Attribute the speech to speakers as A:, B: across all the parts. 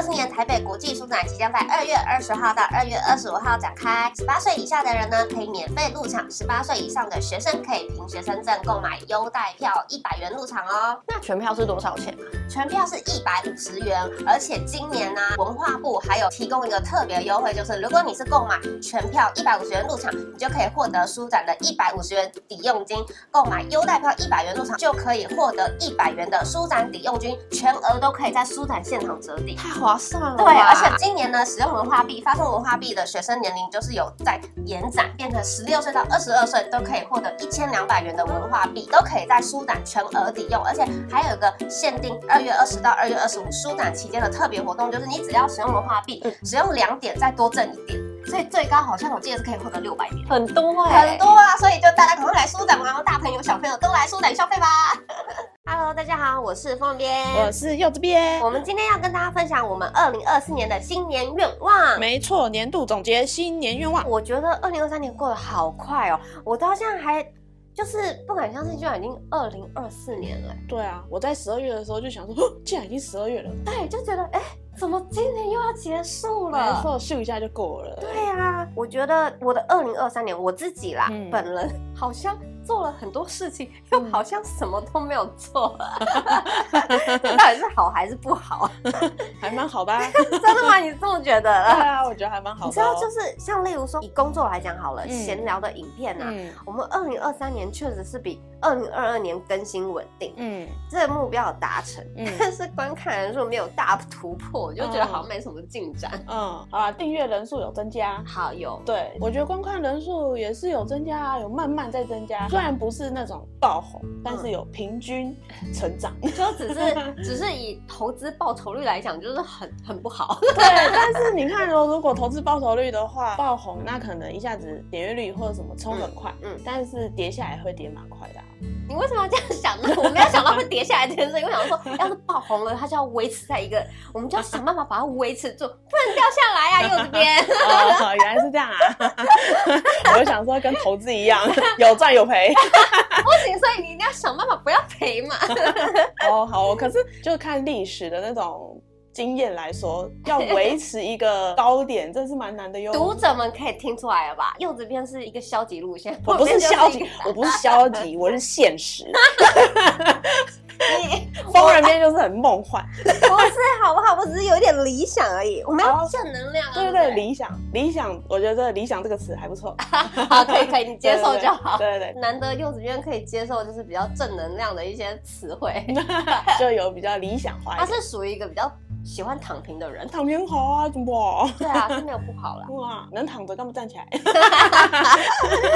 A: 四年台北国际书展即将在二月二十号到二月二十五号展开。十八岁以下的人呢，可以免费入场；十八岁以上的学生可以凭学生证购买优待票，一百元入场哦。
B: 那全票是多少钱啊？
A: 全票是一百五十元，而且今年呢、文化部还有提供一个特别优惠，就是如果你是购买全票一百五十元入场，你就可以获得书展的一百五十元抵用金；购买优待票一百元入场，就可以获得一百元的书展抵用金，全额都可以在书展现场折抵。
B: 太划算了吧，
A: 对，而且今年呢，使用文化币、发送文化币的学生年龄就是有在延展，变成十六岁到二十二岁都可以获得一千两百元的文化币，都可以在书展全额抵用，而且还有一个限定二月二十到二月二十五书展期间的特别活动，就是你只要使用文化币
B: 嗯，
A: 使用两点再多挣一点，所以最高好像我记得是可以获得六百点。
B: 很多哎、
A: 很多啊，所以就大家赶快来书展玩哦，大朋友小朋友都来书展消费吧。Hello，大家好，我是凤编，
C: 我是柚子边。
A: 我们今天要跟大家分享我们二零二四年的新年愿望。
C: 没错，年度总结新年愿望。
A: 我觉得二零二三年过得好快哦，我到现在还就是不敢相信，居然已经二零二四年了。
C: 对啊，我在十二月的时候就想说， 哦竟然已经十二月了，
A: 对，就觉得哎，怎么今年又要结束
C: 没
A: 了？
C: 错，咻一下就过了。
A: 对啊，我觉得我的二零二三年我自己啦，
C: 嗯
A: 本人好像做了很多事情，又
C: 嗯
A: 好像什么都没有做， 这到底是好还是不好啊？
C: 还蛮好 吧？
A: 真的吗？你这么觉
C: 对
A: 得？
C: 啊，我觉得还蛮好
A: 你
C: 的。
A: 知道，就是像例如说，以工作来讲好了，
C: 嗯
A: 闲聊的影片啊，
C: 嗯
A: 我们二零二三年确实是比二零二二年更新稳定，
C: 嗯
A: 这个目标有达成，
C: 嗯
A: 但是观看人数没有大突破，我就觉得
C: 嗯
A: 好像没什么进展。
C: 嗯，啊，订阅人数有增加。
A: 好有
C: 对，我觉得观看人数也是有增加啊，有慢慢在增加，虽然不是那种爆红，但是有平均成长。
A: 就只是只是以投资报酬率来讲，就是很很不好。
C: 对，但是你看哦，如果投资报酬率的话，爆红那可能一下子点阅率或者什么冲很快，
A: 嗯
C: 嗯
A: 嗯，
C: 但是跌下来会跌蛮快的啊、
A: 你为什么要这样想呢？我没有想到会跌下来这件事，因为想说，要是爆红了，它就要维持在一个，我们就要想办法把它维持住，不能掉下来啊！柚子 边，
C: 哦，原来是这样啊！ 我就想说跟投资一样， 有赚有赔。
A: 不行，所以你一定要想办法不要赔 嘛。
C: 哦，好哦，可是就看历史的那种经验来说，要维持一个高点，真是蛮难的哟。
A: 读者们可以听出来了吧？柚子边是一个消极路线，
C: 我不是消极
A: 我，
C: 我不是消 极，我是现实。
A: 边就是一个。
C: 疯人边就是很梦幻，
A: 不是好不好？我只是有一点理想而已。我们要
C: 好
A: 正能量、啊，
C: 对对
A: 对
C: 对，理想理想，我觉得理想这个词还不错，
A: 不对好，可以可以，你接受就好。
C: 对对对，
A: 难得柚子边可以接受，就是比较正能量的一些词汇。
C: 对就有比较理想化
A: 他
C: 一点。，
A: 啊是属于一个比较喜欢躺平的人
C: 躺平好啊，怎么？
A: 对啊，是没有不好 啦。
C: 哇，能躺着干嘛站起来？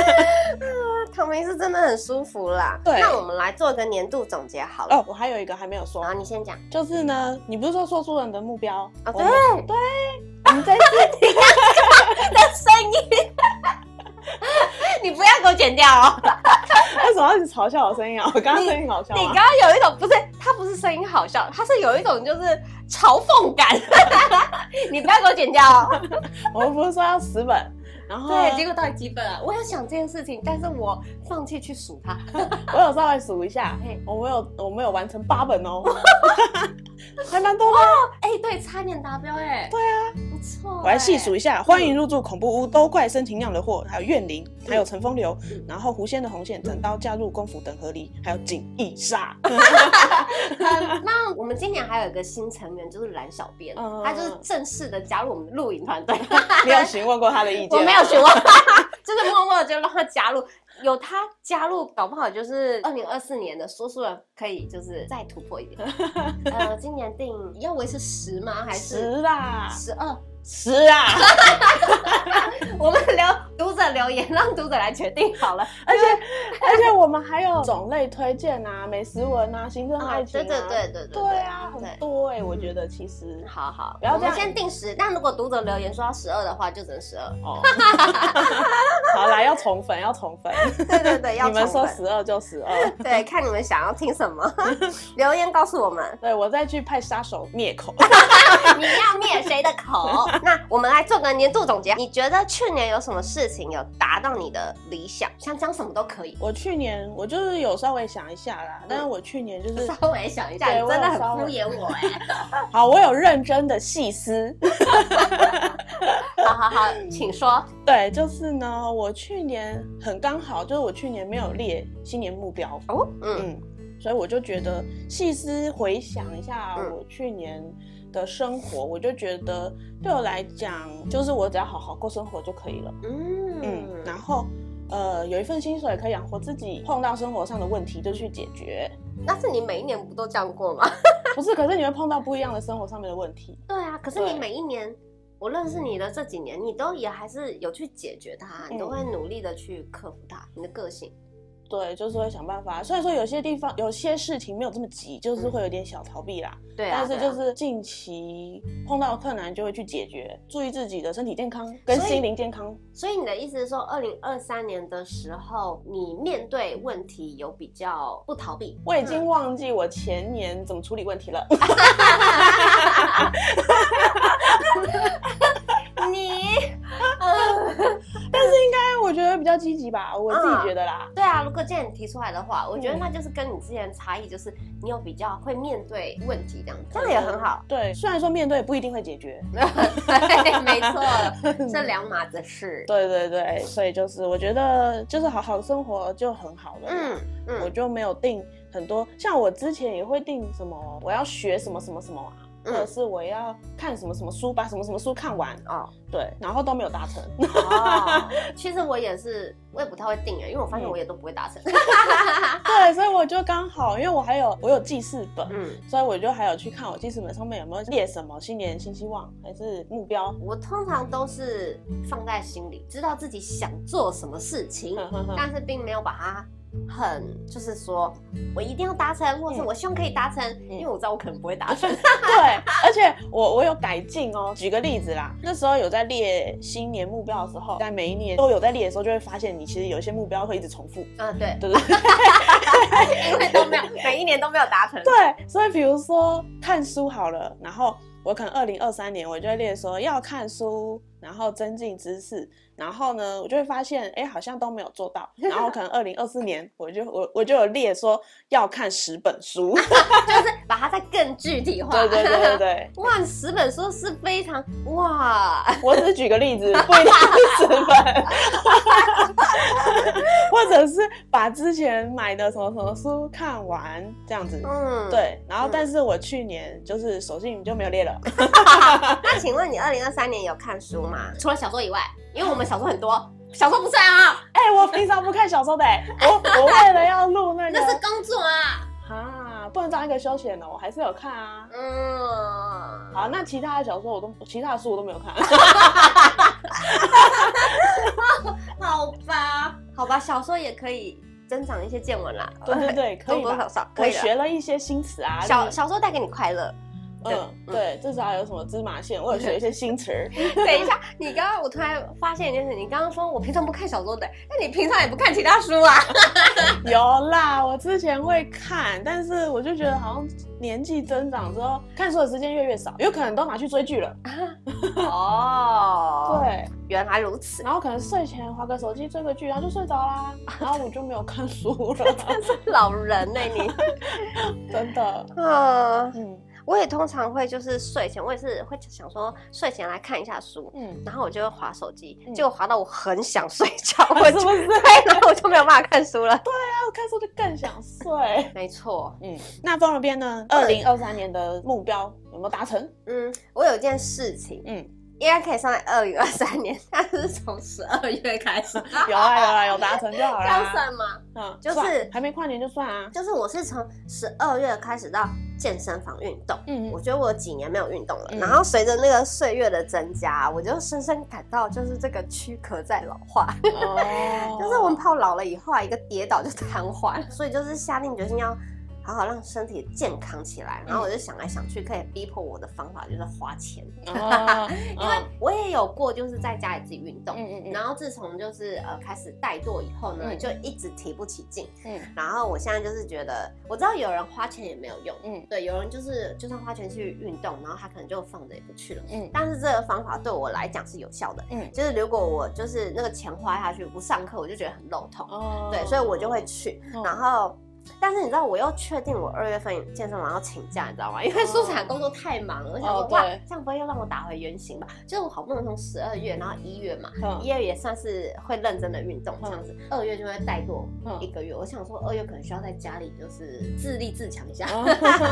A: 躺平是真的很舒服啦。
C: 对
A: 那我们来做一个年度总结好了。
C: 哦，我还有一个还没有说
A: 然，后你先讲，
C: 就是呢，你不是说说出了你的目标？
A: 哦
C: 我们对，我们这一 次
A: 那声音， 你不要给我剪掉 哦。
C: 为什么要一直嘲笑我声音啊？我刚刚声音好笑
A: 你
C: 吗
A: 刚？刚有一种不是，它不是声音好笑，它是有一种就是嘲讽感。 你不要给我剪掉哦。
C: 我们不是说要十本，然后
A: 对，结果到底几本啊？我有想这件事情，但是我放弃去数它。
C: 我有稍微数一下
A: 嘿，
C: 我们有我们有完成八本哦， 还蛮多的。
A: 哎、对，差点达标哎、
C: 对啊，
A: 不错、哎
C: 我来细数
A: 一
C: 一下：欢迎入住恐怖屋、都怪深情酿的祸，还有怨灵，还有乘风流
A: 嗯，
C: 然后狐仙的红线、斩刀嫁入功夫等合离，还有锦衣 杀。
A: 下。那我们今年还有一个新成员，就是蓝小编，
C: 嗯
A: 他就是正式的加入我们录影团队。
C: 你有询问过他的意见？
A: 我没有询问， 就是默默地就让他加入。有他加入，搞不好就是二零二四年的说书人可以就是再突破一点。 呃，今年定要维持十吗？还是
C: 十啦，
A: 十二？
C: 十啦。
A: 我们留读者留言，让读者来决定好了。
C: 而且 而且我们还有种类推荐啊，美食文啊，行政爱
A: 哦，
C: 情
A: 对
C: 啊，
A: 对对对对
C: 对啊，
A: 对嗯
C: 很多哎、我觉得其实
A: 好好，
C: 不要
A: 我们
C: 这样
A: 先定十。但如果读者留言说要十二的话，就只能十二。
C: 哦， 好啦，要重粉要重 粉，
A: 对对对，
C: 你们
A: 重
C: 说
A: 分
C: 十二就十 二，
A: 对，看你们想要听什 么，留言告诉我们。
C: 对我再去派杀手灭口。
A: 你要灭谁的口？好， 那我们来做个年度总结。啊你觉得去年有什么事情有达到你的理想？想讲什么都可以。
C: 我去年我就是有稍微想一下啦，但是我去年就是
A: 嗯 稍微想一下，
C: 对
A: 你真的很
C: 我有稍
A: 敷
C: 微
A: 衍 我哎、
C: 好，我有认真的细思。
A: 好好好，请说。
C: 对，就是呢，我去年很刚好，就是我去年没有列新年目标，
A: 哦，嗯，
C: 嗯，所以我就觉得细思回想一下
A: 嗯
C: 我去年的生活，我就觉得对我来讲，就是我只要好好过生活就可以了。嗯，然
A: 嗯，
C: 后呃，有一份薪水可以养活自己，碰到生活上的问题就去解决。
A: 但是你每一年不都这样过吗？
C: 不是，可是你会碰到不一样的生活上面的问题。
A: 对啊，可是你
C: 对
A: 每一年，我认识你的这几年，你都也还是有去解决它，你都
C: 嗯
A: 会努力的去克服它，你的个性。
C: 对，就是会想办法。虽然说有些地方有些事情没有这么急，就是会有点小逃避啦。
A: 对啊，
C: 但是
A: 对啊
C: 就是近期碰到困难就会去解决，注意自己的身体健康跟
A: 所以
C: 心灵健康。
A: 所以你的意思是说，二零二三年的时候，你面对问题有比较不逃避？
C: 我已经忘记我前年怎么处理问题了。
A: 你，嗯，
C: 但我觉得比较积极吧，我自己觉得啦。
A: 对啊，如果既然你提出来的话，我觉得那就是跟你之前的差异，就是你有比较会面对问题这样子，这样也很好。嗯
C: 对，虽然说面对不一定会解决，
A: 对，没 错，这两码子事。
C: 对对对，所以就是我觉得就是好好生活就很好了。
A: 嗯
C: 我
A: 嗯
C: 就没有定很多，像我之前也会定什么我要学什么什么什么啊，或者
A: 嗯，
C: 是我要看什么什么书，把什么什么书看完，
A: 哦
C: 对，然后都没有达 成。
A: 哦， 其实我也是，我也不太会定哎，因为我发
C: 嗯
A: 现我也都不会达成。
C: 对，所以我就刚好，因为我还有我有记事本，
A: 嗯，
C: 所以我就还有去看我记事本上面有没有列什么新年新希望还是目标。
A: 我通常都是放在心里，知道自己想做什么事情，
C: 哼哼哼
A: 但是并没有把它。很就是说，我一定要达成，或者是
C: 嗯
A: 我希望可以达成，因为我知道我可能不会达成。
C: 对，而且我我有改进哦。举个例子啦，那时候有在列新年目标的时候，在每一年都有在列的时候，就会发现你其实有一些目标会一直重复，
A: 嗯，对，
C: 对不对？
A: 因为都没有，每一年都没有达成。
C: 对，所以比如说看书好了，然后我可能二零二三年我就会列说要看书，然后增进知识，然后呢，我就会发现哎好像都没有做到，然后可能二零二四年我就我我就有列说要看十本书，
A: 就是把它再更具体化。
C: 对对对对对，
A: 哇，十本书是非常哇，
C: 我只是举个例子，不一定是十本，或者是把之前买的什么什么书看完这样子。
A: 嗯，。
C: 对，然后
A: 嗯
C: 但是我去年就是手信就没有列了，
A: 那请问你二零二三年有看书吗？除了小说以外，因为我们小说很多，小说不算啊，
C: 哎、我平常不看小说的、欸，我我为了要录那个
A: 那是工作啊。
C: 啊，不能当一个休闲的，我还是有看啊。
A: 嗯，
C: 好，那其他的小说我都，其他的书我都没有看。
A: 好吧，好吧，小说也可以增长一些见闻啦。
C: 对对对，可以
A: 多多少
C: 吧？
A: 少
C: 我
A: 可以啦。
C: 学了一些新词啊，
A: 小
C: 就是
A: 小说带给你快乐。
C: 嗯，对，至少有什么芝麻线，我有学一些新词儿。
A: 等一下，你刚刚我突然发现一件事，你刚刚说我平常不看小说的，那你平常也不看其他书啊？
C: 有啦，我之前会看，但是我就觉得好像年纪增长之后，看书的时间越来越少，有可能都拿去追剧了。
A: 哦，
C: 对，
A: 原来如此。
C: 然后可能睡前划个手机追个剧，然后就睡着 啦，然后我就没有看书 了，
A: 老人呢、 你？
C: 真的。
A: 呃，
C: 嗯
A: 我也通常会就是睡前，我也是会想说睡前来看一下书，
C: 嗯，
A: 然后我就会划手机，
C: 嗯
A: 结果划到我很想睡 觉，
C: 我
A: 我
C: 是
A: 就
C: 不是
A: 对，然后我就没有办法看书 了。
C: 要看书就更想睡？
A: 没错，
C: 嗯，那风人边呢？二零二三年的目标有没有达成？
A: 嗯，我有一件事情，
C: 嗯，
A: 应该可以算在二零二三年，但是从十二月开 始，
C: 有啊有啊，有达成就好
A: 这
C: 啦。
A: 样算吗？
C: 嗯，
A: 就是
C: 算还没跨年就算啊。
A: 就是我是从十二月开始到健身房运动。
C: 嗯
A: 我觉得我有几年没有运动了，
C: 嗯
A: 然后随着那个岁月的增加，我就深深感到就是这个躯壳在老化。
C: 哦
A: 就是我们泡老了以后啊，一个跌倒就瘫痪，所以就是下定决心要好好让身体健康起来。然后
C: 嗯
A: 我就想来想去，可以逼迫我的方法就是花钱，
C: 哦，
A: 因为我也有过就是在家里自己运动。
C: 嗯嗯嗯
A: 然后自从就是呃开始怠惰以后呢，
C: 嗯
A: 就一直提不起劲。
C: 嗯
A: 然后我现在就是觉得，我知道有人花钱也没有用，
C: 嗯
A: 对，有人就是就算花钱去运动，然后他可能就放着也不去了。
C: 嗯
A: 但是这个方法对我来讲是有效的，
C: 嗯
A: 就是如果我就是那个钱花下去不上课，我就觉得很肉痛，
C: 哦
A: 对，所以我就会去。
C: 嗯
A: 然后，但是你知道，我又确定我二月份健身完要请假，你知道吗？因为
C: 哦
A: 舒展工作太忙了，我想说、
C: 哦
A: 哇
C: 对，
A: 这样不会又让我打回原形吧？就是我好不容易从十二月，然后一月嘛，
C: 嗯
A: 一月也算是会认真的运动这样子，二月就会怠惰
C: 嗯
A: 一个月。我想说，二月可能需要在家里就是自立自强一下。
C: 哦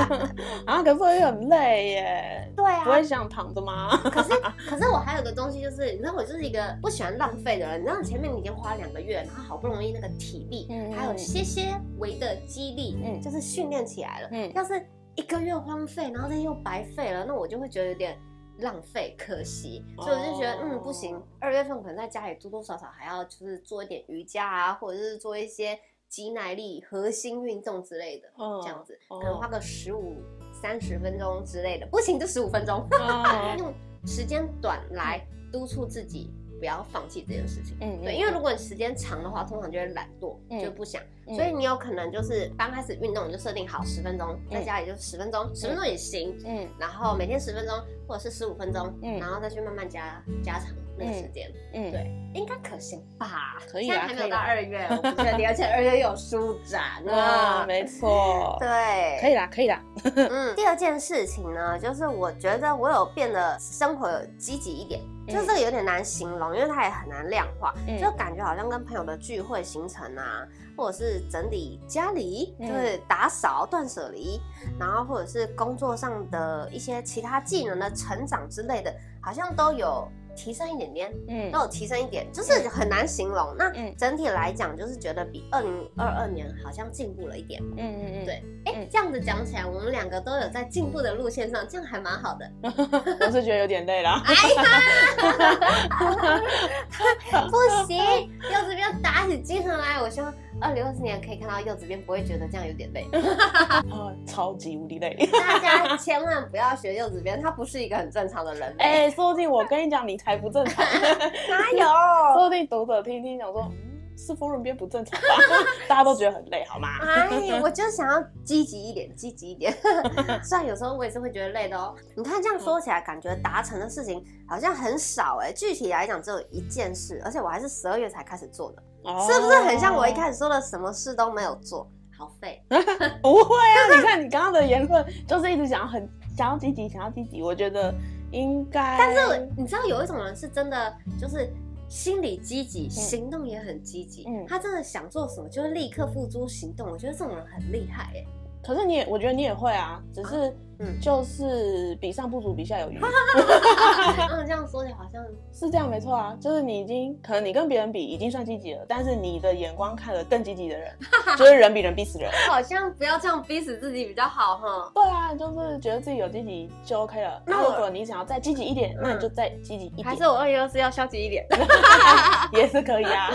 C: 然后啊可是我也很累耶，
A: 对啊，
C: 不会想躺着吗？
A: 可 是，可是我还有个东西，就是你知道，我就是一个不喜欢浪费的人。你知道，前面你已经花两个月，然后好不容易那个体力，
C: 嗯
A: 还有些些微的肌力，
C: 嗯
A: 就是训练起来了。
C: 嗯
A: 要是一个月荒废，然后再又白费了，那我就会觉得有点浪费、可惜。所以我就觉得，
C: 哦
A: 嗯，不行，二月份可能在家里多多少少还要就是做一点瑜伽啊，或者是做一些肌耐力、核心运动之类的，
C: 嗯
A: 这样子，
C: 哦
A: 可能花个十五、三十分钟之类的，不行就十五分钟。
C: 哦
A: 用时间短来督促自己不要放弃这件事情。
C: 嗯
A: 对，因为如果你时间长的话，通常就会懒惰，
C: 嗯
A: 就不想。
C: 嗯
A: 所以你有可能就是刚开始运动，你就设定好十分钟，
C: 嗯
A: 在家里就十分钟，十分钟也行。
C: 嗯
A: 然后每天十分钟或者是十五分钟，
C: 嗯
A: 然后再去慢慢加加长那个时间，
C: 嗯
A: 对应该可行吧？
C: 可以啊
A: 现在还没有到
C: 可
A: 二月，我不确 定，而且二月又有舒展
C: 啊，
A: 啊。
C: 没错，
A: 对，
C: 可以啦，可以啦，
A: 嗯，第二件事情呢，就是我觉得我有变得生活有积极一点，就是这个有点难形容，因为它也很难量化，
C: 嗯
A: 就感觉好像跟朋友的聚会行程啊，或者是整理家里，就
C: 嗯
A: 是打扫、断舍离，然后或者是工作上的一些其他技能的成长之类的，好像都有提升一点点。
C: 嗯
A: 都有提升一点，就是很难形容。那
C: 嗯
A: 整体来讲，就是觉得比二零二二年好像进步了一点。
C: 嗯嗯嗯，
A: 对哎
C: 嗯，
A: 这样子讲起来，我们两个都有在进步的路线上，这样还蛮好 的。
C: 我是觉得有点累啦，
A: 不行， 柚子边打起精神来，我希望二零二四年可以看到柚子边不会觉得这样有点累。
C: 啊，超级无敌累。
A: 大家千万不要学柚子边，他不是一个很正常的人。哎，
C: 哎，说不定我跟你讲，你才不正 常，
A: 哪有？
C: 说不定读者听听想说，嗯，是风润边不正常吧？ 大家都觉得很累，好吗？
A: 哎，我就想要积极一点，积极一点。虽然有时候我也是会觉得累的哦。你看这样说起来，感觉达成的事情好像很少哎、具体来讲只有一件事，而且我还是十二月才开始做的，
C: 哦
A: 是不是很像我一
C: 始？
A: 开始说的什么事都没有做，好废。
C: 不会啊，你看你刚刚的言论，就是一直想要很想要积极，想要积极。我觉得应该，但是
A: 嗯你知道有一种人是真的就是心理积极，行动也很积极，
C: 嗯
A: 他真的想做什么就会立刻付诸行动。我觉得这种人很厉害哎、
C: 可是你也，我觉得你也会啊，只是
A: 嗯
C: 就是比上不足，比下有余，
A: 嗯，这样说起来好像
C: 是这样没错啊。就是你已经可能你跟别人比已经算积极了，但是你的眼光看了更积极的人，就是人比人逼死人。
A: 好像不要这样逼死自己比较好哈。
C: 对啊，就是觉得自己有积极就 OK 了。
A: 那
C: 那嗯
A: 我
C: 如果你想要再积极一点，那你就再积极一
A: 还
C: 点
A: 是，我二月二四要消极一点。
C: 也是可以啊。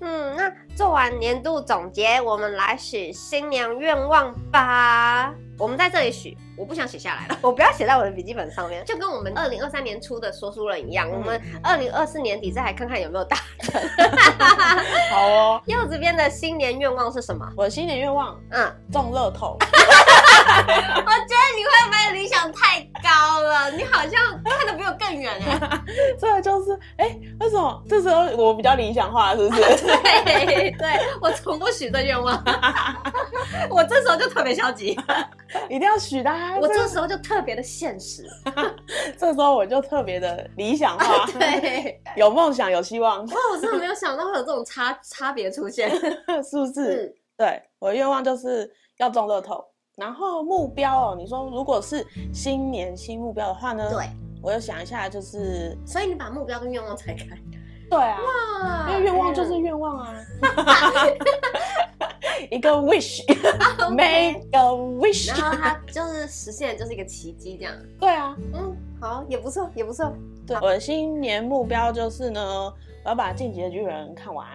A: 嗯，那做完年度总结，我们来许新年愿望吧。我们在这里许，我不想写下来了，我不要写在我的笔记本上面，嗯就跟我们二零二三年初的说书人一样，我们二零二四年底再来看看有没有达成。
C: 好哦，
A: 柚子边的新年愿望是什么？
C: 我的新年愿望
A: 嗯，
C: 中乐透。
A: 我觉得你会不会理想太高了？你好像看的比我更远哎、
C: 这个就是，哎、为什么这时候我比较理想化，是 不是？
A: 对对，我从不许这愿 望，我这时候就特别消极，
C: 一定要许啊的、啊。
A: 我
C: 这
A: 这时候就特别的现实。
C: 这时候我就特别的理想 化，
A: 哦对，
C: 有梦想，有希望，
A: 哇，我真的没有想到会有这种差差别出现。
C: 是不
A: 嗯
C: 是？对，我的愿望就是要中乐透。然后目标哦，你说如果是新年新目标的话呢？
A: 对，
C: 我又想一下，就是
A: 所以你把目标跟愿望拆开，
C: 对啊，
A: 哇哎
C: 因为愿望就是愿望啊， 一个 wish，make
A: 啊
C: a wish，
A: 然后它就是实现，就是一个奇迹这样。
C: 对啊，
A: 嗯，好，也不错，也不错。
C: 对，我的新年目标就是呢，我要把《进击的巨人》看完。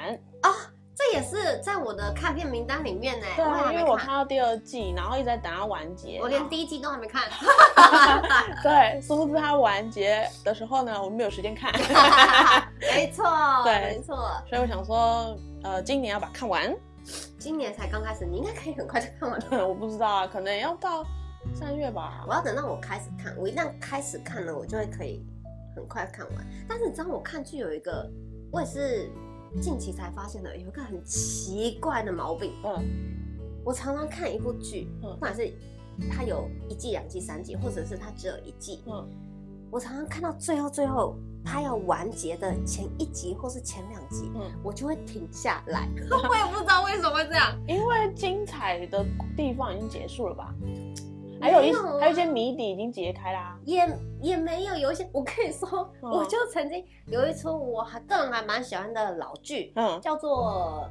A: 这也是在我的看片名单里面呢、
C: 对
A: 我
C: 啊，
A: 还
C: 因
A: 没
C: 为我看到第二季，然后一直在等它完结，
A: 我
C: 然
A: 连
C: 后
A: 第一季都还没 看。
C: 对，殊不知它完结的时候呢，我没有时间 看，
A: 没错，
C: 对
A: 没错，
C: 所以我想说，呃，今年要把它看完，
A: 今年才刚开始，你应该可以很快就看完。
C: 我不知道啊，可能要到三月吧
A: 我。要等到我开始看，我一旦开始看了，我就会可以很快看完。但是你知道，我看剧有一个，我也是近期才发现的，有一个很奇怪的毛病。
C: 嗯，
A: 我常常看一部剧，
C: 嗯
A: 不管是它有一季、两季、三季，或者是它只有一季，
C: 嗯
A: 我常常看到最后最后它要完结的前一集或是前两集，
C: 嗯
A: 我就会停下来。 我也不知道为什么会这样。
C: 因为精彩的地方已经结束了吧？还有一
A: 没有啊
C: 还有一些谜底已经揭开啦。
A: 也也没有，有一些我跟你说，
C: 嗯
A: 我就曾经有一出我还个人还蛮喜欢的老剧，
C: 嗯
A: 叫做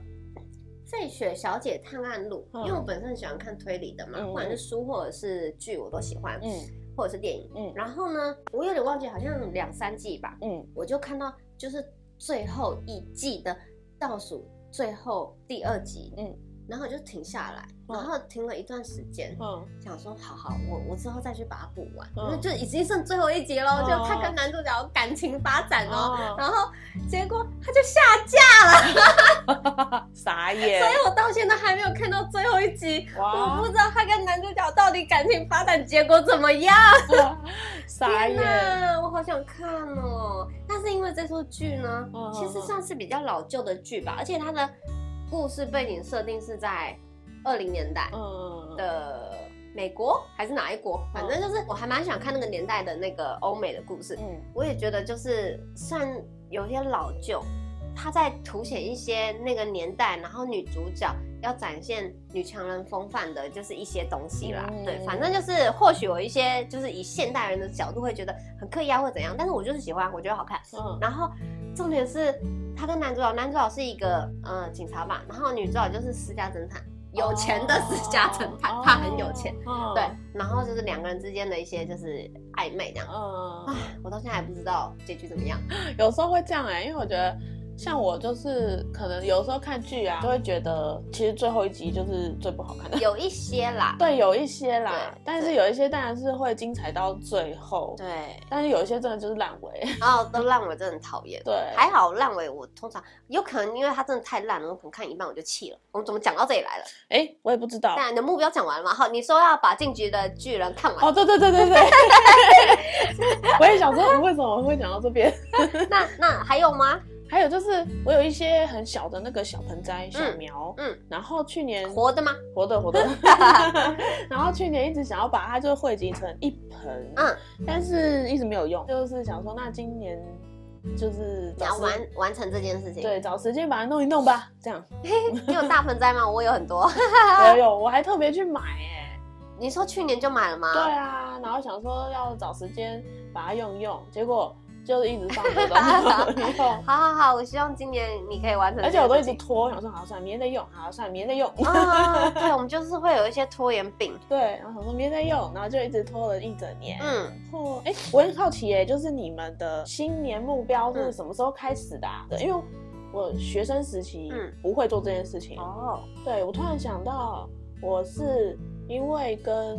A: 《费雪小姐探案录》，
C: 嗯
A: 因为我本身很喜欢看推理的嘛，
C: 嗯
A: 不管是书或者是剧我都喜欢，
C: 嗯
A: 或者是电影。
C: 嗯
A: 然后呢，我有点忘记，好像两三季吧，
C: 嗯
A: 我就看到就是最后一季的倒数最后第二集，
C: 嗯
A: 然后我就停下来，
C: 嗯
A: 然后停了一段时间，
C: 嗯
A: 想说好好，我我之后再去把它补完，
C: 嗯
A: 那就已经剩最后一集喽，
C: 哦
A: 就看看男主角感情发展哦。
C: 哦，
A: 然后结果他就下架，
C: 傻眼
A: 所以我到现在还没有看到最后一集，我不
C: 哇，
A: 知道他跟男主角到底感情发展结果怎么样。
C: 傻
A: 天
C: 眼，
A: 哪，我好想看哦！但是因为这出剧呢，
C: 嗯
A: 其实算是比较老旧的剧吧，而且它的故事背景设定是在二零年代，
C: 嗯
A: 的美国还是哪一国，反正就是我还蛮想看那个年代的那个欧美的故事。
C: 嗯
A: 我也觉得就是算有些老旧，它在凸显一些那个年代，然后女主角要展现女强人风范的，就是一些东西啦。
C: 嗯
A: 对，反正就是或许有一些就是以现代人的角度会觉得很刻意啊或怎样，但是我就是喜欢，我觉得好看。
C: 嗯
A: 然后重点是他跟男主角，男主角是一个呃警察吧，然后女主角就是私家侦探，有钱的私家侦探，他很有钱，，
C: 哦
A: 对，，然后就是两个人之间的一些就是暧昧这样。
C: 哦
A: 唉
C: 嗯，，
A: 我到现在还不知道结局怎 么样。
C: 有时候会这样哎、因为我觉得像我就是可能有时候看剧啊，就会觉得其实最后一集就是最不好看的。
A: 有一些啦，
C: 对，有一些啦
A: 对，
C: 但是
A: 对
C: 有一些当然是会精彩到最后，
A: 对，
C: 但是有一些真的就是烂尾。
A: 然后都烂尾真的很讨厌。
C: 对，
A: 还好烂尾，我通常有可能因为它真的太烂了，我可能看一半我就气了。我们怎么讲到这里来了？
C: 哎，我也不知道。
A: 那你的目标讲完了吗？好，你说要把《进击的巨人》看完，
C: 哦，对对对对 对，我也想说，我为什么会讲到这边？
A: 那那还有吗？
C: 还有就是，我有一些很小的那个小盆栽、小
A: 嗯
C: 苗，
A: 嗯
C: 然后去年
A: 活的吗？
C: 活的 活的， 然后去年一直想要把它就汇集成一盆，
A: 嗯，
C: 但是一直没有用，就是想说那今年就是
A: 你要
C: 找时
A: 完完成这件事情。
C: 对找时间把它弄一弄吧，这样。
A: 你有大盆栽吗？我有很多。
C: 我有，我还特别去买哎、
A: 你说去年就买了吗？，
C: 对啊，然后想说要找时间把它用一用，结果就一直放着都没有 用
A: 好好好，我希望今年你可以完成这件事
C: 而
A: 情。
C: 且我都嗯一直 拖，想说好算了明天再用，好算了明天再用，
A: 啊，对，我们就是会有一些拖延病。
C: 对，然后想说明天再用，然后就一直拖了一整年。
A: 嗯，
C: 然后，哎、我很好奇、哎，就是你们的新年目标是
A: 嗯
C: 什么时候开始的、啊？对，因为我学生时期
A: 嗯
C: 不会做这件事情。
A: 哦，
C: 对，我突然想到，我是因为跟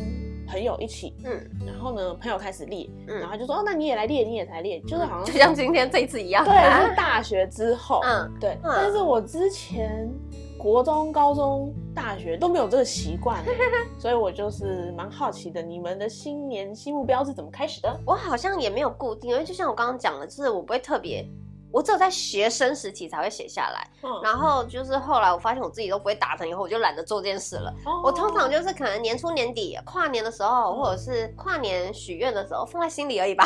C: 朋友一起，
A: 嗯
C: 然后呢，朋友开始列，
A: 嗯
C: 然后就说，哦，那你也来列，你也来列，就是好 像
A: 就像今天这一次一样。
C: 对，是大学之后，
A: 嗯
C: 对，但是我之前国中、高中、大学都没有这个习惯欸，所以我就是蛮好奇的，你们的新年新目标是怎么开始 的？
A: 我好像也没有固定，因为就像我刚刚讲的，就是我不会特别，我只有在学生时期才会写下来。
C: 嗯
A: 然后就是后来我发现我自己都不会达成，以后我就懒得做这件事了。
C: 哦
A: 我通常就是可能年初年底跨年的时候，或者是跨年许愿的时候，放在心里而已吧。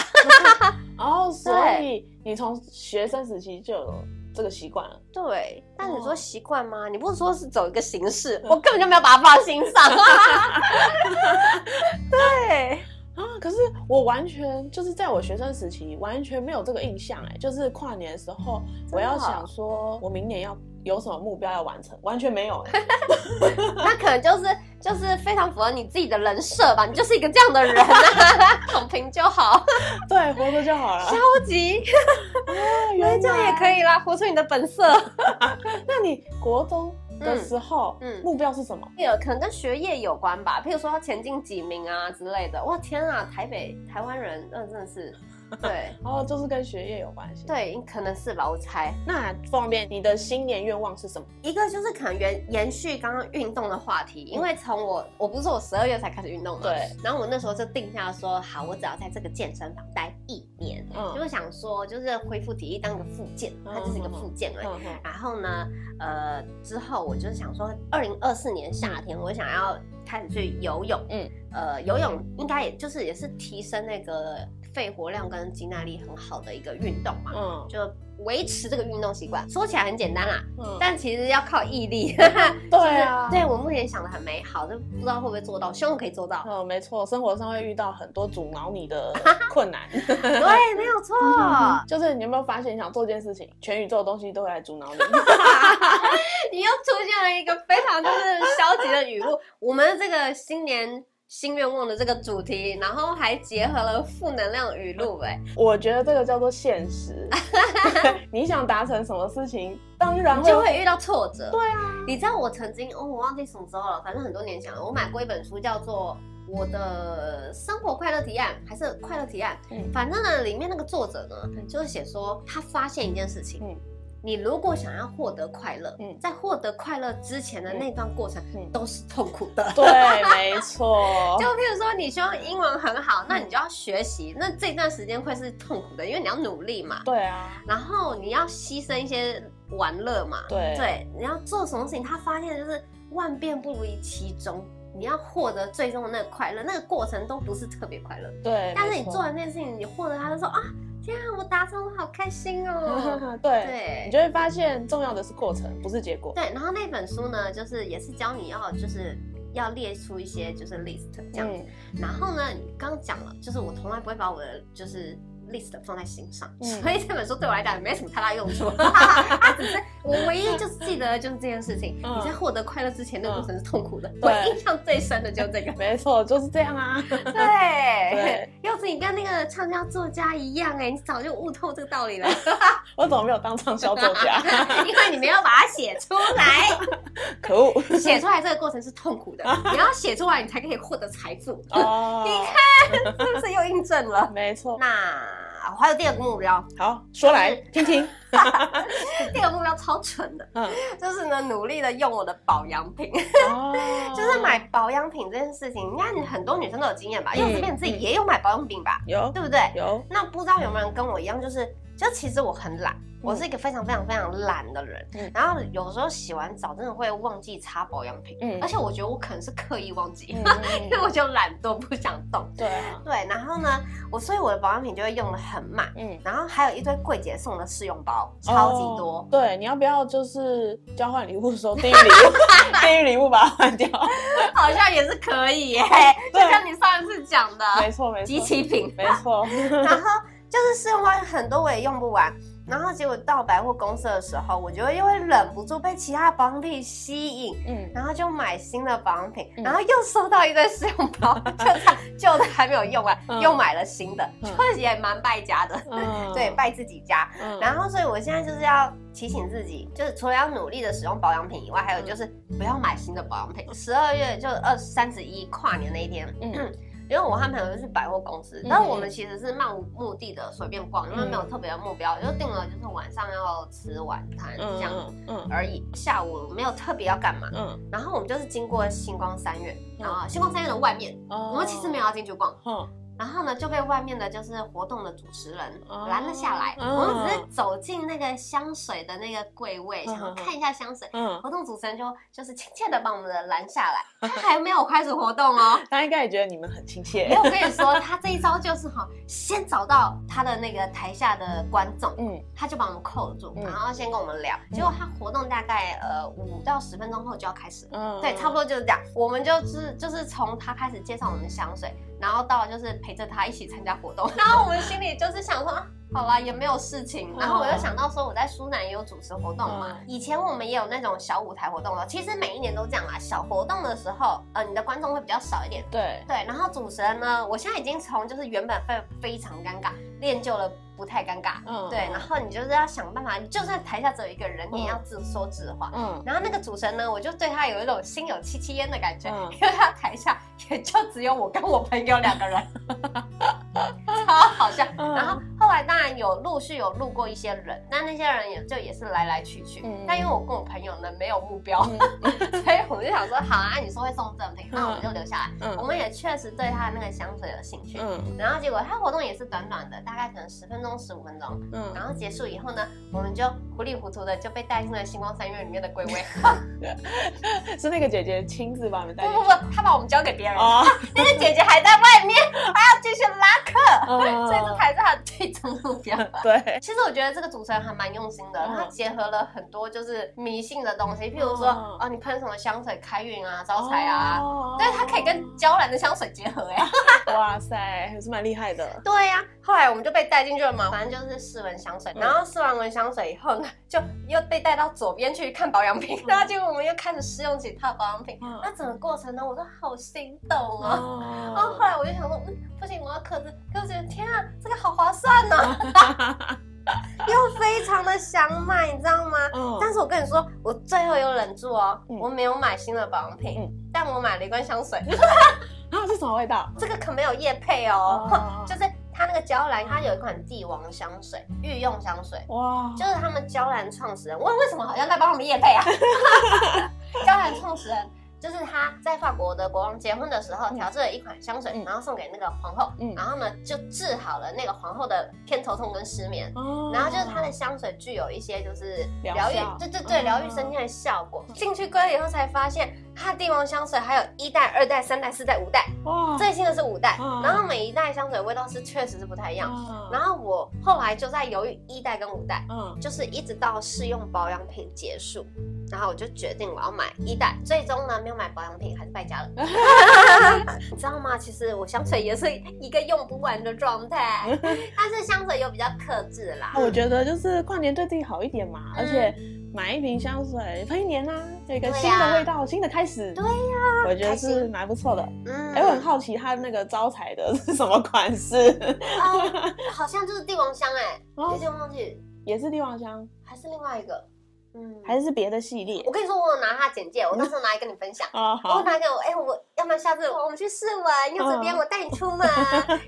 C: 哦，所
A: 对
C: 以你从学生时期就有这个习惯了，
A: 对，但你
C: 哦
A: 说习惯吗？你不是说是走一个 形式，我根本就没有把它放在心上。对，
C: 啊！可是我完全就是在我学生时期完全没有这个印象哎、就是跨年的时候，我要
A: 真的哦
C: 想说我明年要有什么目标要完成，完全没有 哎、
A: 那可能就是就是非常符合你自己的人设吧，你就是一个这样的人啊， 躺平就好，
C: 对，活着就好了。
A: 消 极，
C: 啊原来
A: 这样也可以啦，活出你的本色。
C: 那你国中的时候，
A: 嗯嗯
C: 目标是什么？
A: 有可能跟学业有关吧，譬如说前进几名啊之类的。哇，天啊，台北台湾人，那真的是，对
C: 然后哦就是跟学业有关系。，
A: 对，可能是吧，我猜。
C: 那方便你的新年愿望是什么？
A: 一个就是可能延延续刚刚运动的话题，因为从我我不是我十二月才开始运动嘛，
C: 对，
A: 然后我那时候就定下说，好，我只要在这个健身房待一年，
C: 嗯
A: 因为想说就是恢复体力当个附件，
C: 嗯
A: 它就是一个附件而已。
C: 嗯哼
A: 然后呢，呃，之后我就是想说，二零二四年夏天我想要开始去游泳，嗯
C: 嗯，
A: 呃，游泳应该也就是也是提升那个肺活量跟肌耐力很好的一个运动嘛，
C: 嗯
A: 就维持这个运动习惯。说起来很简单啦，
C: 嗯，
A: 但其实要靠毅力。
C: 对 啊，
A: 对我目前想的很美好，就不知道会不会做到，希望我可以做到。
C: 嗯，没错，生活上会遇到很多阻挠你 的困难。
A: 对，没有错。
C: 就是你有没有发现，你想做一件事情，全宇宙的东西都会来阻挠你。
A: 你又出现了一个非常就是消极的语录。我们这个新年新愿望的这个主题，然后还结合了负能量语录、哎，
C: 我觉得这个叫做 现实。你想达成什么事情，当然
A: 你
C: 会
A: 就会遇到挫折。对啊，你知道我曾经哦，我忘记什么时候了，反正很多年前了，我买过一本书叫做。我的生活快乐提案还是快乐提案，
C: 嗯
A: 反正呢，里面那个作者呢，就是写说他发现一件事情，
C: 嗯
A: 你如果想要获得快乐，
C: 嗯
A: 在获得快乐之前的那段过程、
C: 嗯
A: 都是痛苦的，
C: 对，没错
A: 就。譬如说，你希望英文很好，
C: 嗯
A: 那你就要学习，那这段时间会是痛苦的，因为你要努力嘛，
C: 对啊，
A: 然后你要牺牲一些玩乐嘛，
C: 对
A: 你要做什么事情，他发现就是万变不离其宗，你要获得最终的那个快乐，那个过程都不是特别快乐，
C: 对。
A: 但是
C: 没
A: 你
C: 错
A: 做完那件事情，你获得他就说啊，天啊，我达成，我好开心哦，
C: 对，
A: 对。
C: 你就会发现重要的是过程，不是结果。
A: 对，然后那本书呢，就是也是教你要就是要列出一些就是 list 这
C: 嗯
A: 样子，然后呢，你刚刚讲了，就是我从来不会把我的就是 list 放在心上，
C: 嗯
A: 所以这本书对我来讲也没什么太大用 处。它只是我唯一就是记得的就是这件事情，
C: 嗯
A: 你在获得快乐之前，那个
C: 嗯
A: 过程是痛苦的。我
C: 对。
A: 印象最深的就是这个
C: 没错，就是这样啊。
A: 对
C: 对，
A: 柚子，你跟那个畅销作家一样哎、你早就悟透这个道理了，
C: 我怎么没有当畅销作家？
A: 因为你没有把它写出来，
C: 可恶！
A: 写出来这个过程是痛 苦的，你要写出来，你才可以获得财富，
C: 哦，
A: 是不是又印证了？
C: 没错。
A: 那我还有第二个目标，
C: 好，说来听听。
A: 第二个目标超蠢的，
C: 嗯，
A: 就是呢，努力的用我的保养品，
C: 哦，
A: 就是买保养品这件事情，应该很多女生都有经验吧？
C: 嗯
A: 因为我这边自己也有买保养品吧，
C: 有
A: 对不对？
C: 有，
A: 那不知道有没有人跟我一样，就是就其实我很懒，我是一个非常非常非常懒的人，
C: 嗯
A: 然后有时候洗完澡真的会忘记擦保养品，
C: 嗯
A: 而且我觉得我可能是刻意忘记，
C: 嗯
A: 因为我就懒惰不想动。
C: 对啊，
A: 对，然后呢，我所以我的保养品就会用的很慢，
C: 嗯，
A: 然后还有一堆柜姐送的试用包，超级多。
C: 哦对，你要不要就是交换礼物的时候，地狱礼物，地狱礼物把它换掉？
A: 好像也是可以耶、就
C: 对
A: 像你上一次讲的
C: 没错没错，
A: 集齐品，
C: 没错，
A: 然后就是试用包很多我也用不完，然后结果到百货公司的时候，我就会又会忍不住被其他保养品吸引。
C: 嗯，
A: 然后就买新的保养品，
C: 嗯
A: 然后又收到一堆试用包， 就它旧的还没有用完，
C: 嗯
A: 又买了新的，
C: 嗯
A: 就是也蛮败家的，
C: 嗯
A: 对，，败自己家。
C: 嗯
A: 然后，所以我现在就是要提醒自己，就是除了要努力的使用保养品以外，还有就是不要买新的保养品。十二月就二三十一跨年那一天，嗯
C: 嗯，
A: 因为我和朋友就去百货公司，
C: 嗯
A: 但我们其实是漫无目的的随便逛，因为
C: 嗯
A: 没有特别的目标，就定了就是晚上要吃晚餐这样
C: 嗯嗯
A: 而已，下午没有特别要干嘛。
C: 嗯，
A: 然后我们就是经过星光三月
C: 嗯
A: 啊，星光三月的外面，
C: 我
A: 我们其实没有，要进去逛，
C: 嗯
A: 然后呢，就被外面的就是活动的主持人
C: 哦
A: 拦了下来。
C: 嗯
A: 我们只是走进那个香水的那个柜位，
C: 嗯
A: 想要看一下香水。
C: 嗯，
A: 活动主持人就就是亲切的把我们的拦下来，他还没有开始活动哦。
C: 他应该也觉得你们很亲切
A: 没，有，我跟你说，他这一招就是哈，先找到他的那个台下的观众，
C: 嗯
A: 他就把我们扣住，
C: 嗯
A: 然后先跟我们聊。结果他活动大概呃五到十分钟后就要开始了
C: 嗯，
A: 对，差不多就是这样。我们就是就是从他开始介绍我们的香水，然后到就是陪着他一起参加活动，然后我们心里就是想说。啊好啦，也没有事情。然后我又想到说，我在苏南也有主持活动嘛。
C: 嗯
A: 以前我们也有那种小舞台活动了，其实每一年都这样啦。小活动的时候，呃，你的观众会比较少一点，
C: 嗯对，
A: 对，然后主持人呢，我现在已经从就是原本非非常尴尬，练就了不太尴尬。
C: 嗯
A: 对，然后你就是要想办法，你就算台下只有一个人，你也要自说自话。
C: 嗯，
A: 然后那个主持人呢，我就对他有一种心有戚戚焉的感觉，
C: 嗯
A: 因为他台下也就只有我跟我朋友两个人， 超好笑。
C: 嗯
A: 然后后来当然有陆续有录过一些人，那那些人也就也是来来去去。
C: 嗯
A: 但因为我跟我朋友呢没有目标，
C: 嗯
A: 所以我们就想说，好啊，你说会送赠品，那我们就留下来。我
C: 嗯
A: 们也确实对他的那个香水有兴趣。
C: 嗯
A: 然后结果他活动也是短短的，大概可能十分钟、十五分钟。
C: 嗯，
A: 然后结束以后呢，我们就糊里糊涂的就被带进了星光三月里面的龟 龟。
C: 是那个姐姐亲自把你们带
A: 不
C: 进
A: 不
C: 去
A: 不，他把我们交给别人，
C: 哦，
A: 那个姐姐还在外面，还要继续拉客，
C: 嗯
A: 所以这才是他的最终目标。
C: 对，
A: 其实我觉得这个主持人还蛮用心的，
C: 嗯
A: 他结合了很多就是迷信的东西，譬如说
C: 哦
A: 哦你喷什么香水开运啊、招财啊，
C: 哦
A: 对，他可以跟娇兰的香水结合哎、
C: 哇塞，还是蛮厉害的。
A: 对呀、后来我们就被带进去了嘛，反正就是试闻香水，
C: 嗯
A: 然后试完闻香水以后呢， 就又被带到左边去看保养品，然后结果我们又开始试用几套保养品，
C: 嗯
A: 那整个过程呢，我都好心动哦。然后后
C: 哦，
A: 来我就想说，嗯，不行，我要克制。可是我觉得天啊，这个好划算呢、啊
C: 哦
A: 又非常的想买，你知道吗？
C: 嗯
A: 但是我跟你说，我最后有忍住哦，
C: 嗯
A: 我没有买新的保养品，
C: 嗯
A: 但我买了一罐香 水，
C: 啊，是什么味道？
A: 这个可没有液配哦就是它那个娇兰，它有一
C: 嗯
A: 款帝王香水，御用香水，
C: 哇，
A: 就是他们娇兰创始人。问为什么好像在帮他们夜配啊？ 娇兰创始人就是他在法国的国王结婚的时候
C: 嗯
A: 调制了一款香水，
C: 嗯
A: 然后送给那个皇后，
C: 嗯
A: 然后呢就治好了那个皇后的偏头痛跟失眠。
C: 哦
A: 然后就是它的香水具有一些就是
C: 疗
A: 疗愈
C: 效，
A: 对对对，
C: 嗯
A: 疗愈身心的效果。进去柜以后才发现，它的帝王香水还有一代、二代、三代、四代、五代，
C: 哇，
A: 最新的是五代，
C: 嗯
A: 然后每一代香水味道是确实是不太一样。
C: 嗯
A: 然后我后来就在犹豫一代跟五代，
C: 嗯
A: 就是一直到试用保养品结束，然后我就决定我要买一代。最终呢，没有买保养品，还是败家了。你知道吗？其实我香水也是一个用不完的状态，但是香水又比较克制啦。
C: 那我觉得就是跨年对自己好一点嘛，
A: 嗯
C: 而且买一瓶香水喷一年呐，有一个
A: 对呀啊
C: 新的味道，新的开始。
A: 对啊
C: 呀，我觉
A: 开
C: 得
A: 心
C: 是蛮不错的。
A: 嗯
C: 哎，我很好奇它那个招财的是什么款式？
A: 啊好像就是帝王香哎、
C: 哦
A: 有点忘记，
C: 也是帝王香，
A: 还是另外一个，嗯，
C: 还是别的系列
A: 我？跟你说，我有拿他简介，我到时候拿来跟你分享。
C: 哦，
A: 我
C: 好，
A: 拿给我，哎、我要不然下次我们去试玩柚子边，
C: 嗯
A: 我带你出门。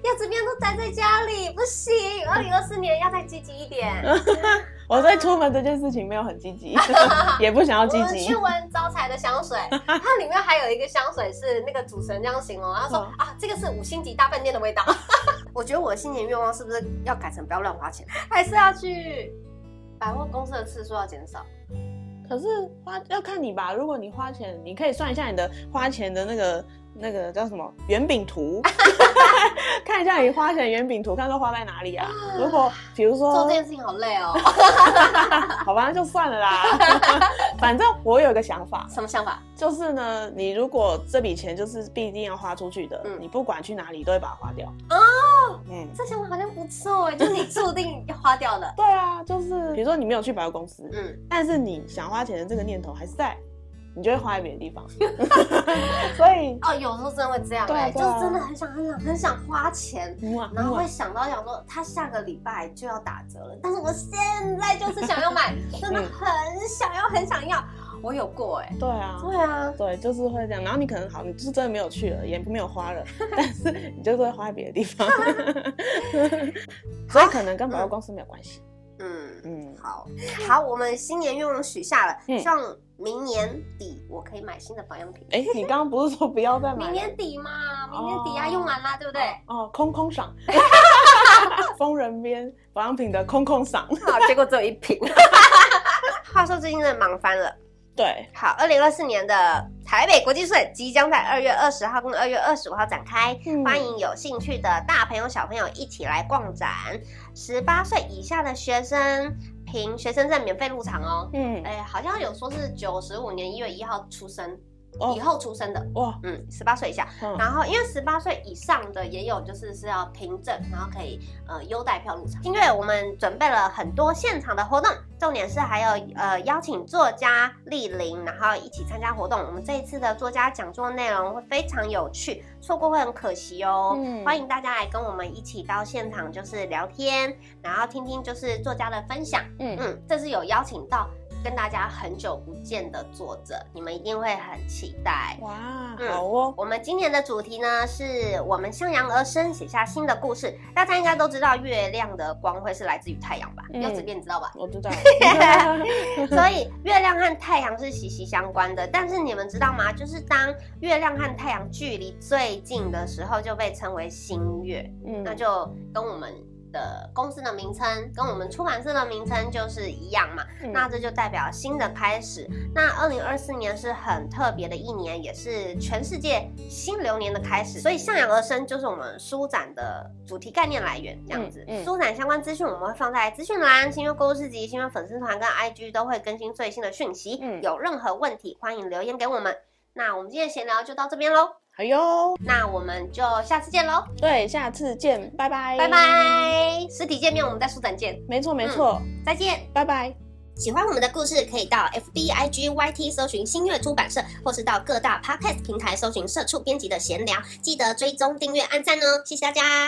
A: 柚子边都宅在家里，不行，二零二四年要再积极一点。
C: 我对出门这件事情没有很积 极，也不想要
A: 我
C: 积
A: 们
C: 极
A: 去。闻招财的香 水，它里面还有一个香水是那个主持人这样形容，他说、
C: 嗯
A: 啊，这个是五星级大饭店的味道。 我觉得我的新年愿望是不是要改成不要乱花钱， 还是要去百货公司的次数要减少？
C: 可是花要看你吧，如果你花钱，你可以算一下你的花钱的那个那个叫什么圆 饼图，看一下你花钱的圆饼图，看说花在哪里啊。如果比如
A: 做
C: 说
A: 这，件事情好累哦。
C: 好吧，那就算了啦。反正我有一个想法，
A: 什么想法？
C: 就是呢，你如果这笔钱就是必定要花出去的，
A: 嗯
C: 你不管去哪里都会把它花掉。哦，嗯。
A: 这想法好像不错哎，就是你注定要花掉的。
C: 对啊，就是比如说你没有去百货公司，
A: 嗯，
C: 但是你想花钱的这个念头还是在，你就会花在别 的地方。所以，
A: 哦，有时候真的会这样
C: 对啊
A: 哎，就
C: 对啊
A: 是真的很想很想很想花钱，然
C: 然
A: 后会想到想说，他下个礼拜就要打折了，但是我现在就是想要 买，
C: 嗯
A: 真的很想要，很想要。我有过哎、
C: 对啊，
A: 对啊，
C: 对，就是会这样。然后你可能好，你就是真的没有去了，也没有花 了，但是你就是会花在别的地方，所以可能跟百货公司没有关系。
A: 嗯，
C: 嗯，
A: 好好，我们新年愿望许下了，
C: 嗯
A: 希望明年底我可以买新的保养品。
C: 哎，你刚刚不是说不要再买
A: 明
C: 了？
A: 年底嘛，明年底啊，
C: 哦
A: 用完啦，对不对？
C: 哦，空空赏，疯人边保养品的空空赏。
A: 好，结果只有一瓶。 话说最近真的忙翻了。
C: 对，
A: 好，二零二四年的台北国际税即将在二月二十号跟二月二十五号展开，
C: 嗯
A: 欢迎有兴趣的大朋友小朋友一起来逛展。十八岁以下的学生凭学生证免费入场哦。
C: 嗯，
A: 哎，好像有说是九十五年一月一号出生，以
C: 哦
A: 后出生的，
C: 哇，
A: 嗯，十八岁以下。
C: 嗯
A: 然后，因为十八岁以上的也有，就是是要凭证，然后可以呃优待票入场。因为我们准备了很多现场的活动，重点是还有呃邀请作家莅临，然后一起参加活动。我们这一次的作家讲座内容会非常有趣，错过会很可惜哦。
C: 嗯
A: 欢迎大家来跟我们一起到现场，就是聊天，然后听听就是作家的分享。
C: 嗯，
A: 嗯，这次有邀请到跟大家很久不见的作者，你们一定会很期待。
C: 哇，
A: 嗯
C: 好哦，
A: 我们今年的主题呢，是我们向阳而生，写下新的故事。大家应该都知道，月亮的光辉是来自于太阳吧？
C: 嗯
A: 柚子便知道 吧？
C: 我知 道，
A: 所以月亮和太阳是息息相关的。但是你们知道吗？就是当月亮和太阳距离最近的时候，就被称为新月。
C: 嗯，
A: 那就跟我们的公司的名称，跟我们出版社的名称就是一样嘛。
C: 嗯
A: 那这就代表新的开始。那二零二四年是很特别的一年，也是全世界新流年的开始，所以向阳而生就是我们书展的主题概念来源，这样子。
C: 嗯嗯
A: 书展相关资讯我们会放在资讯栏、新月购物市集、新月粉丝团跟 IG 都会更新最新的讯息。
C: 嗯
A: 有任何问题欢迎留言给我们。那我们今天的闲聊就到这边喽，
C: 好哟，
A: 那我们就下次见喽，
C: 对，下次见，拜拜，
A: 拜，拜！嗯实体见面我们在书展见，
C: 没错没错，
A: 再见。
C: 拜拜。
A: 喜欢我们的故事，可以到 F B I G Y T 搜寻新月出版社，或是到各大 Podcast 平台搜寻社畜编辑的闲聊，记得追踪、订阅、按赞哦，谢谢大家。